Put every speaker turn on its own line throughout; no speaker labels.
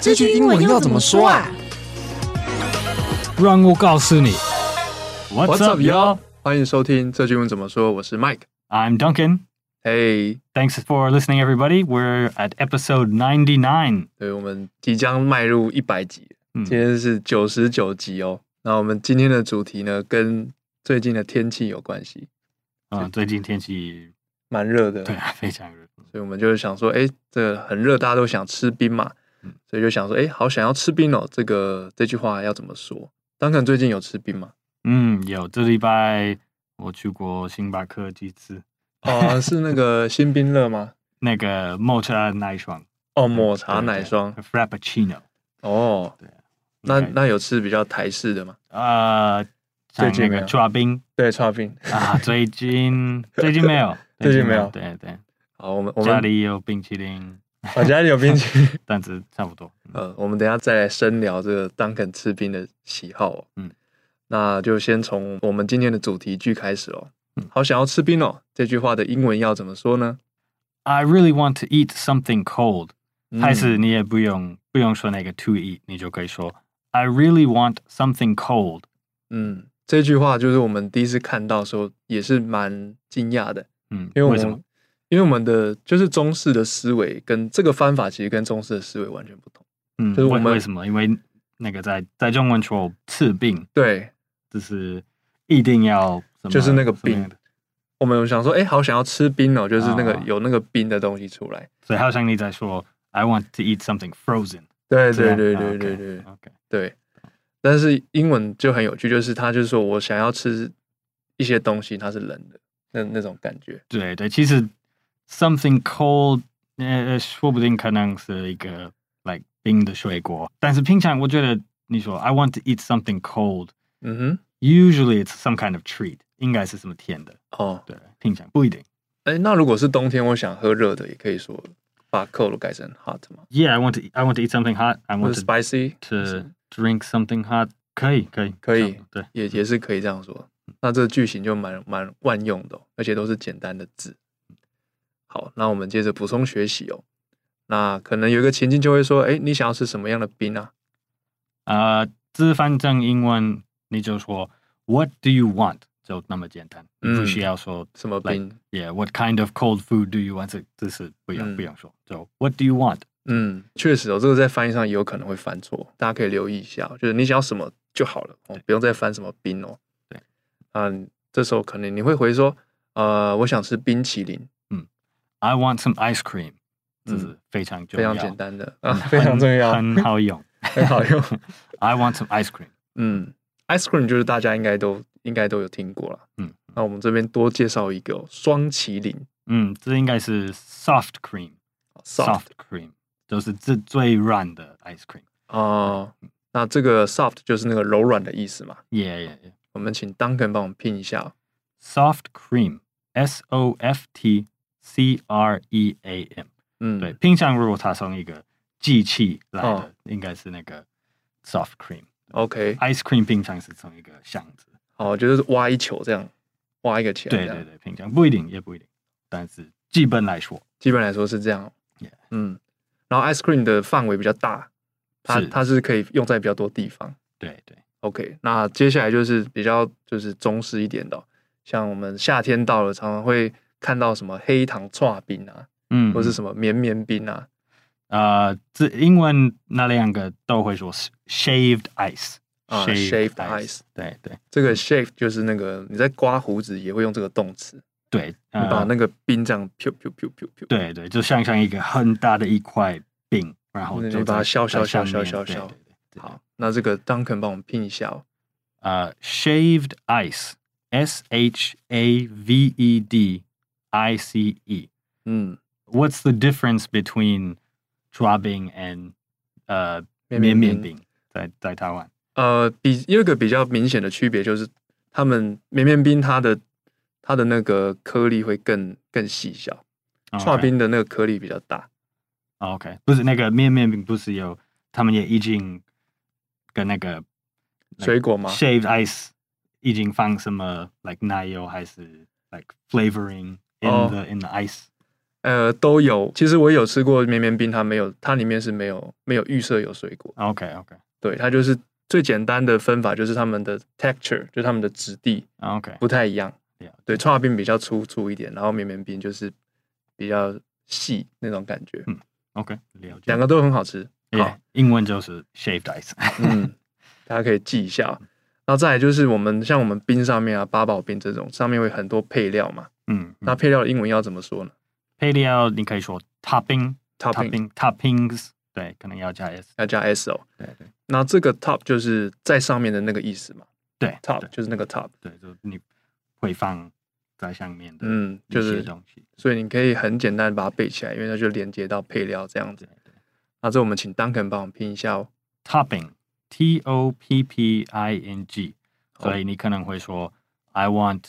这句英文要怎么说啊？
让我告诉你。
What's up, y'all?
欢迎收听这句文怎么说，我是 Mike。
I'm Duncan.
嘿、
Thanks for listening, everybody. We're at episode 99.
对我们即将迈入一百集，
嗯
今天是九十九集哦。那我们今天的主题呢，跟最近的天气有关系，
嗯，Oh, 最近天气
蛮热的，
对啊，非常热。
所以我们就是想说，哎，这很热，大家都想吃冰嘛
嗯，
所以就想说，哎，好想要吃冰哦。这个这句话要怎么说？当肯最近有吃 冰吗？
嗯，有这礼拜我去过星巴克几次，
哦，是那个新冰乐吗？
那个抹茶奶霜，
哦，抹茶
嗯对
奶霜
对，Frappuccino。
哦。那
应该
那有吃比较台式的吗？
呃，像
最近
那
没
个
有
抓冰
对，刨冰。
啊，最 近最近没有，
最近没有
对对，
好，我们我
家
们
里有冰淇淋，
我家里有冰 淇淋。
但是差不多。嗯
呃，我们等一下再来深聊这个 Duncan 吃冰的喜好、哦。
嗯，
那就先从我们今天的主题句开始哦。
嗯
好想要吃冰哦，这句话的英文要怎么说呢？
I really want to eat something cold，
嗯
还是你也不用不用说那个 to eat，你就可以说 I really want something cold。
嗯，这句话就是我们第一次看到的时候也是蛮惊讶的，
嗯，
因为我
为什么
们？因为我们的就是中式的思维跟这个翻法其实跟中式的思维完全不同。
嗯，
就是我
为
们
为什么？因为那个在在中文说治病，
对，
就是一定要什么
就是那个病
什么样的
我们有想说，哎，好想要吃冰哦，就是那个、
啊
有那个冰的东西出来。
所以好像你在说 I want to eat something frozen。
对
是
对
吗
对
啊
对
，OK，
对对。
OK，
对，但是英文就很有趣，就是他就是说我想要吃一些东西，它是冷的，那那种感觉。
对对，其实 something cold，呃，说不定可能是一个 like 冰的水果，但是平常我觉得你说 I want to eat something cold。
嗯
Usually it's some kind of treat，应该是什么甜的。
哼，哦，
对，听起来不一定。
哎，那如果是冬天，我想喝热的，也可以说把 cold 改成 hot 嘛，
Yeah, I want to. I want to eat something hot. I
或
want
者
to
spicy
to drink something hot. 可以，可以，
可以
这样子对，
也也是可以这样说。那这句型就蛮蛮万用的哦、而且都是简单的字。好，那我们接着补充学习哦。那可能有一个情境就会说，哎，你想要吃什么样的冰啊？
呃，这反正英文你就说 What do you want？就那么简单，你不
嗯
需要说
什么
like
冰
Yeah, what kind of cold food do you want？这这是不用
嗯
不用说，就 What do you want？
嗯，确实哦，这个在翻译上也有可能会翻错，大家可以留意一下哦。就是你想要什么就好了，哦
对，
不用再翻什么冰哦。
对，
嗯，这时候可能你会回说，呃，我想吃冰淇淋，
I want some ice cream。这
嗯
是非常重
非
要，
常简单的啊，
嗯，
非常重要，
很很好用，
很好用。
I want some ice cream。
嗯，ice cream 就是大家应该都应该都有听过了。
嗯
那我们这边多介绍一个哦双麒麟
嗯，这应该是 soft cream。
哦
soft cream，就是最最软的 ice cream。
哦。那这个 soft 就是那个柔软的意思嘛。
Yeah, yeah, yeah.
我们请 Duncan 帮我们拼一下哦、
Soft cream, S O F T C R E A M。
嗯，
对，，平常如果它从一个机器来的，
哦
应该是那个 soft cream。
，OK。
ice cream 平常是从一个箱子。
哦，就是挖一球这样，挖一个起来这
对
样。
对对，平常不一定，也不一定，但是基本来说，
基本来说是这样。
Yeah
嗯，然后 ice cream 的范围比较大，它
是
它是可以用在比较多地方。
对对，
OK，那接下来就是比较就是中式一点的哦、像我们夏天到了，常常会看到什么黑糖串冰啊，
嗯，
或是什么绵绵冰啊。
呃，这英文那两个都会说 shaved ice，
啊
shaved
，shaved
ice，
ice
对对
这个 shave 就是那个你在刮胡子也会用这个动词，
对，
你把
呃
那个冰这样 p 噗 p 噗 p 噗 p
对对，就像像一个很大的一块饼，然后
那
就
你把它
在
削
在
削削
上
削
面
削
对
削
对对对
好，那这个 Duncan 帮我们拼一下哦。
呃，shaved ice，S H A V E D I C E。
嗯，
What's the difference between dropping and 呃
绵
绵
绵
绵
冰
饼？在在台湾，
呃，比有一个比较明显的区别就是，他们绵绵冰它的它的那个颗粒会更更细小，
哦
串冰的那个颗粒比较大。
o k 不是那个绵绵饼，不是有他们也已经跟那个
水果吗？
shaved ice 已经放什么 like 奶油还是 like flavoring in
哦
the in the ice？
呃，都有。其实我有吃过绵绵冰，它没有，它里面是没有没有预设有水果。
OK OK
对，它就是最简单的分法，就是它们的 texture，就是它们的质地
OK，
不太一样
了解。
对，串冰比较粗粗一点，然后绵绵冰就是比较细那种感觉，
嗯 OK，了解。
两个都很好吃。好
Yeah，英文就是 shaved ice。
嗯， 大家可以记一下。然后再来就是我们像我们冰上面啊，八宝冰这种上面会很多配料嘛，
嗯，
那
那
配料的英文要怎么说呢
配料你可以说 topping
？topping
topping toppings，对，可能要加 s。
要加 s o。
对对
那这个 top 就是在上面的那个意思嘛
对
，top
对
就是那个 top，
对，就你会放在上面的
嗯，就
一些
是
东西。
所以你可以很简单地把它背起来，因为它就连接到配料这样子
对。对
那这我们请 Duncan 帮我们拼一下哦。
，topping，t o p p i n g，
哦
所以你可能会说 I want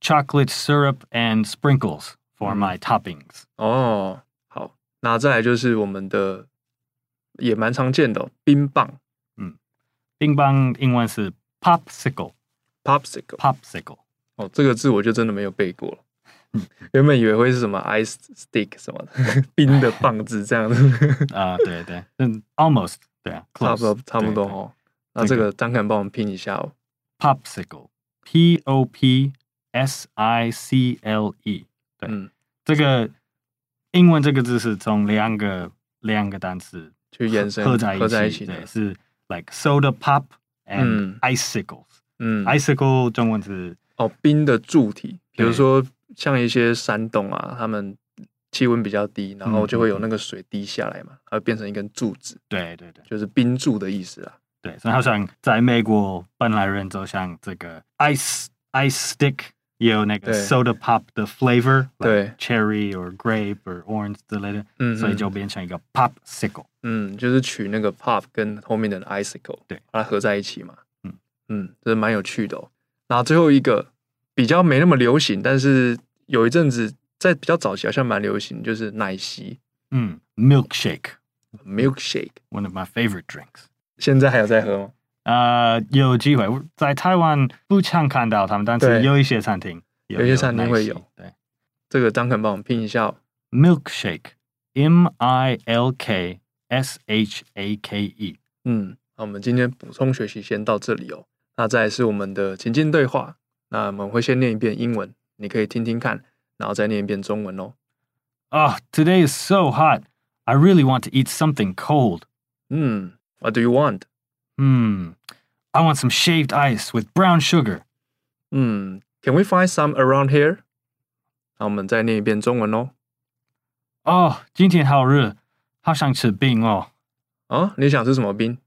chocolate syrup and sprinkles for
嗯
my toppings。
哦，好，那再来就是我们的也蛮常见的哦、冰棒
冰棒英文是 popsicle，popsicle。
popsicle。哦，这个字我就真的没有背过 了。原本以为会是什么 ice stick 什么的， 冰的棒子这 样子，
啊，对对，嗯，almost，对啊，close，
差不多差不多
对对
哦。那这
这个
个 Duncan 帮我们拼一下哦。
popsicle，p o p s i c l e，对
嗯，
这个英文这个字是从两个两个单词
去延伸
合在
合在一
一
起
起，
的
对，是 like soda pop
嗯
and icicles。
嗯，
icicle 中文是
哦，冰的柱体，比
哎
如
对
说像一些山洞啊，他们气温比较低，然后就会
嗯
有那个水滴下来嘛，它会变成一根柱子，
对对对
就是冰柱的意思啦。
对，所以好像在美国本来人就像这个 ice ice stick 也有那个
对
soda pop 的 flavor，
对
like，cherry or grape or orange 之类的，
嗯
所以就变成一个 popsicle。
嗯，就是取那个 pop 跟后面的 icicle，
对，
把它合在一起嘛。
嗯
嗯，这蛮有趣的哦。然后最后一个比较没那么流行，但是有一阵子在比较早期好像蛮流行，就是奶昔
嗯，milkshake，one
milkshake，
of my favorite drinks。
现在还有在喝吗？
呃，有机会在台湾不常看到他们，但
对
是有一些餐厅，有
有一些餐厅会
奶昔
有
对
这个 Duncan 帮我们拼一下哦、
，milkshake，m i l k s h a k e。
嗯，那我们今天补充学习先到这里哦。那再来是我们的情境对话，那我们会先念一遍英文，你可以听听看，然后再念一遍中文哦。
Oh, today is so hot. I really want to eat something cold.
嗯，What do you want？
Hmm. I want some shaved ice with brown sugar.
嗯，Can we find some around here？那我们再念一遍中文哦。
Oh, 今天好热，好想吃冰哦。
啊，你想吃什么冰？
Hmm.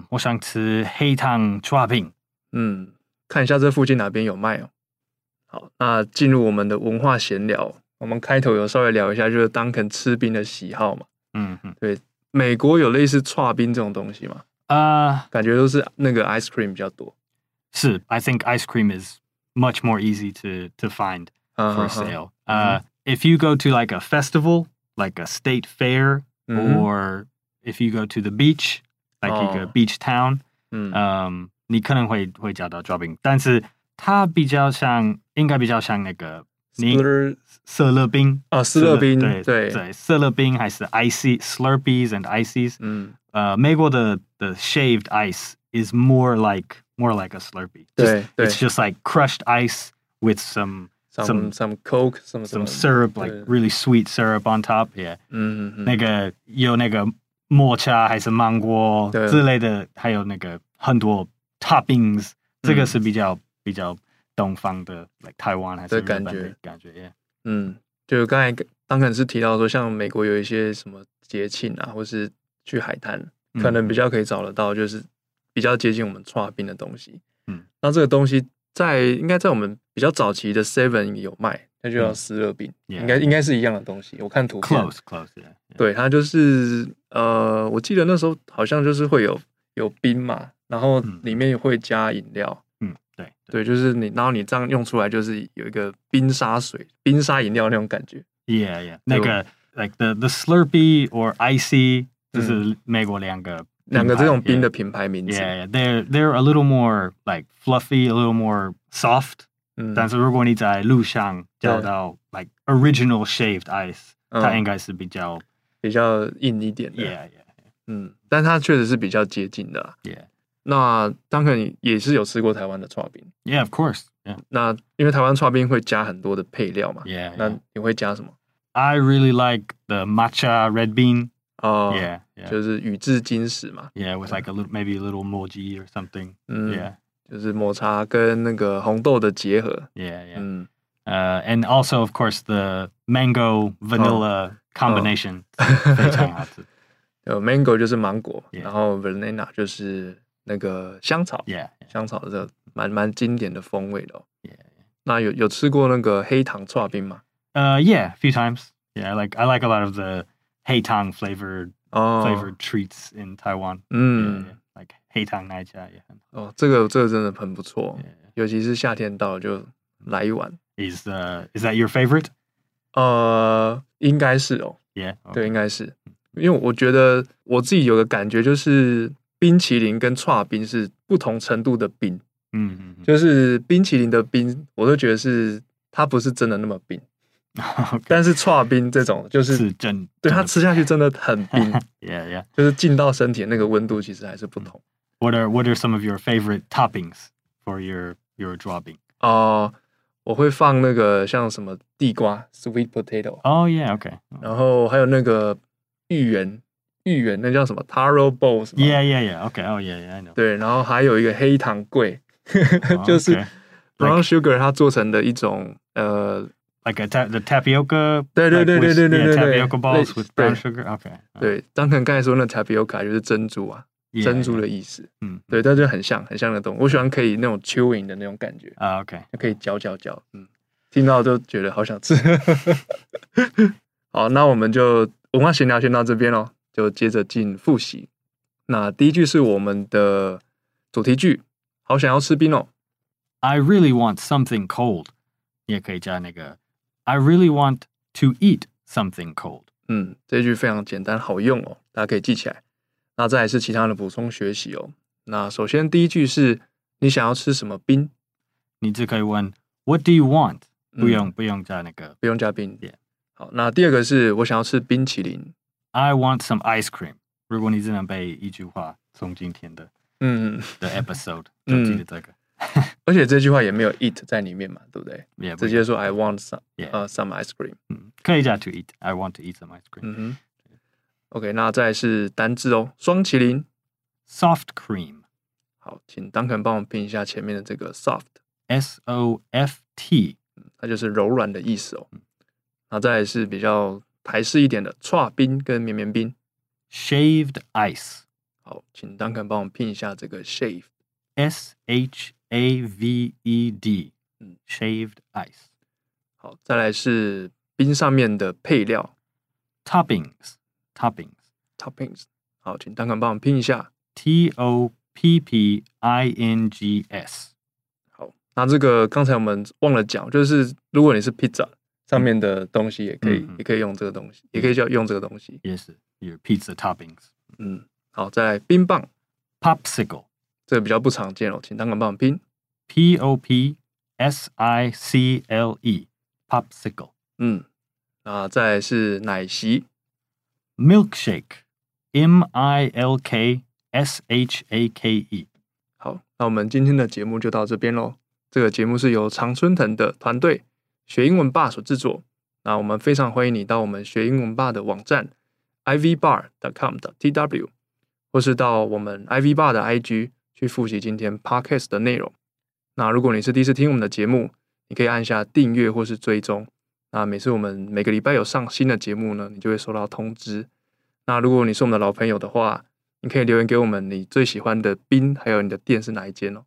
嗯，我想吃黑糖刨冰。
嗯，看一下这附近哪边有卖哦。好，那进入我们的文化闲聊，我们开头有稍微聊一下，就是 Duncan 吃冰的喜好嘛。
嗯嗯。
美国有类似串冰这种东西嘛？
Uh,
感觉都是那个 ice cream 比较多。
I think ice cream is much more easy to, to find
嗯
for
嗯嗯
sale. Uh, if you go to like a festival, like a state fair,
嗯
or if you go to the beach, like
Mm-hmm. Oh. Mm.
a beach town,
嗯
嗯，你可能会会找到 dropping，但是它比较像，应该比较像那个你
，Slur
色乐冰，
啊，斯乐冰，
对
对，
对，色乐冰还是 icy slurpees and ices。
嗯，
呃，美国的的 shaved ice is more like more like a slurpee。
对对
It's just like crushed ice with some
，some
some-
some coke，什么
some
什么
syrup,
对
like really sweet syrup on top. Yeah，
嗯嗯嗯
那个有那个抹茶还是芒果
对
之类的，还有那个很多 toppings，这
嗯
个是比较比较东方的，like 台湾还是日
的
本
感觉
的感觉，yeah。
嗯，就刚才当然是提到说，像美国有一些什么节庆啊，或是去海滩，
嗯
可能比较可以找得到，就是比较接近我们串冰的东西。
嗯，
那这个东西在应该在我们比较早期的 Seven 有卖，那就叫
嗯
斯乐冰，
Yeah
应该应该是一样的东西。我看图片
Close, close, yeah. yeah.
对，它就是呃，我记得那时候好像就是会有有冰嘛，然后
嗯
里面会加饮料，
嗯，对
对，就是你，然后你这样用出来就是有一个冰沙水、冰沙饮料那种感觉。
，yeah, yeah. 那个 like the the slurpee or icy，
嗯
就是美国两个
两个这种冰的
品
品牌名
牌
字，
，yeah. Yeah, yeah. They're they're a little more like fluffy, a little more soft
嗯，
但是如果你在路上找到 like original shaved ice，、
嗯
它应该是比较
比较硬一点的
yeah yeah
嗯，但它确实是比较接近的啦。
yeah
那当然你也是有吃过台湾的刨冰，
yeah of course yeah
那因为台湾刨冰会加很多的配料嘛，
yeah,
那
yeah.
你会加什么？
I really like the matcha red bean
哦、
yeah yeah
就是宇治金石嘛，
yeah with like a little maybe a little moji or something
嗯
yeah
就是抹茶跟那个红豆的结合，
yeah yeah
嗯，
uh, and also of course the mango vanilla combination 非常好吃。
呃，mango 就是芒果
Yeah
然后 banana 就是那个香草
yeah
香草的这个蛮蛮经典的风味的、哦。
Yeah
那有有吃过那个黑糖刨冰吗？
uh yeah a few times yeah I like I like a lot of the heitang flavored
哦
flavored treats in Taiwan
嗯 Mm.
yeah, yeah. like 黑糖奶茶也很
哦，这个这个真的很不错
yeah.
尤其是夏天到了就来一碗。
is uh is that your favorite
呃，应该是哦
yeah
对，应该是，
嗯
因为我觉得我自己有个感觉就是。冰淇淋跟刨冰是不同程度的冰，
嗯嗯
就是冰淇淋的冰，我都觉得是它不是真的那么冰，但是刨冰这种就是
是真
对它吃下去真的很冰，
yeah yeah
就是进到身体的那个温度其实还是不同
what are what are some of your favorite toppings for your your dropping
哦、我会放那个像什么地瓜 （sweet potato），、
oh yeah okay
然后还有那个芋圆，芋圆那叫什么 taro balls？
yeah yeah yeah okay oh yeah yeah I know
对，然后还有一个黑糖桂
Oh,
就是
okay.
brown sugar 它做成的一种呃，
like a ta- the tapioca.
对对
like
对对
with-
对对
yeah,
对对
tapioca balls
类
with
对
brown sugar. Okay. Oh,
对，当可能刚才说那 tapioca 就是珍珠
啊
啊，
Yeah,
珍珠
yeah.
的意思。
嗯，
对，但就很像很像的动物。我喜欢可以那种 chewing 的那种感觉，
啊，OK，
可以嚼嚼嚼，嗯，听到就觉得好想吃。 好，那我们就文化闲聊先到这边喽，就接着进复习。那第一句是我们的主题句，好想要吃冰哦。
I really want something cold. 也可以加那个 I really want to eat something cold.
嗯，这句非常简单好用哦，大家可以记起来。那再来是其他的补充学习哦。那首先第一句是你想要吃什么冰，
你只可以问 What do you want?
嗯
不用不用加那个
不用加冰。
Yeah
好，那第二个是我想要吃冰淇淋。
I want some ice cream. 如果你只能背一句话，从今天的
嗯，
的 episode
嗯。
就记得这个。
而且这句话也没有 eat 在里面嘛，对不对？
Yeah,
直接说 I want some 呃、
Yeah.
some ice cream。
可以加 to eat. I want to eat some ice cream.
嗯哼。OK，那再来是单字哦，双麒麟。
Soft cream.
好，请 Duncan 帮我们拼一下前面的这个 soft，
S O F T.
它就是柔软的意思哦。那再来是比较台式一点的串冰跟绵绵冰。
Shaved ice.
好，请 Duncan 帮我们拼一下这个 shave。
S H A V E D.
嗯。
Shaved ice.
好，再来是冰上面的配料
Toppings. Toppings.
toppings。好，请 Duncan 帮我们拼一下。
T O P P I N G S.
好，那这个刚才我们忘了讲，就是如果你是 pizza 上面的东西，也可以、
嗯嗯
也可以用这个东西，也可以叫用这个东西。
Yes, your pizza toppings.
嗯，好，再来冰棒，
Popsicle.
这个比较不常见哦，请当个棒拼。
P O P S I C L E. Popsicle.
嗯，啊，再来是奶昔，
Milkshake. M I L K S H A K E.
好，那我们今天的节目就到这边喽。这个节目是由常春藤的团队学英文爸所制作。那我们非常欢迎你到我们学英文爸的网站 ivbar.com.tw，或是到我们 ivbar 的 IG 去复习今天 podcast 的内容。那如果你是第一次听我们的节目，你可以按下订阅或是追踪。那每次我们每个礼拜有上新的节目呢，你就会收到通知。那如果你是我们的老朋友的话，你可以留言给我们你最喜欢的冰，还有你的店是哪一间哦。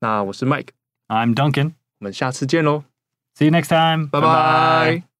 那我是 Mike，
I'm Duncan.
我们下次见喽，
See you next time.
拜拜。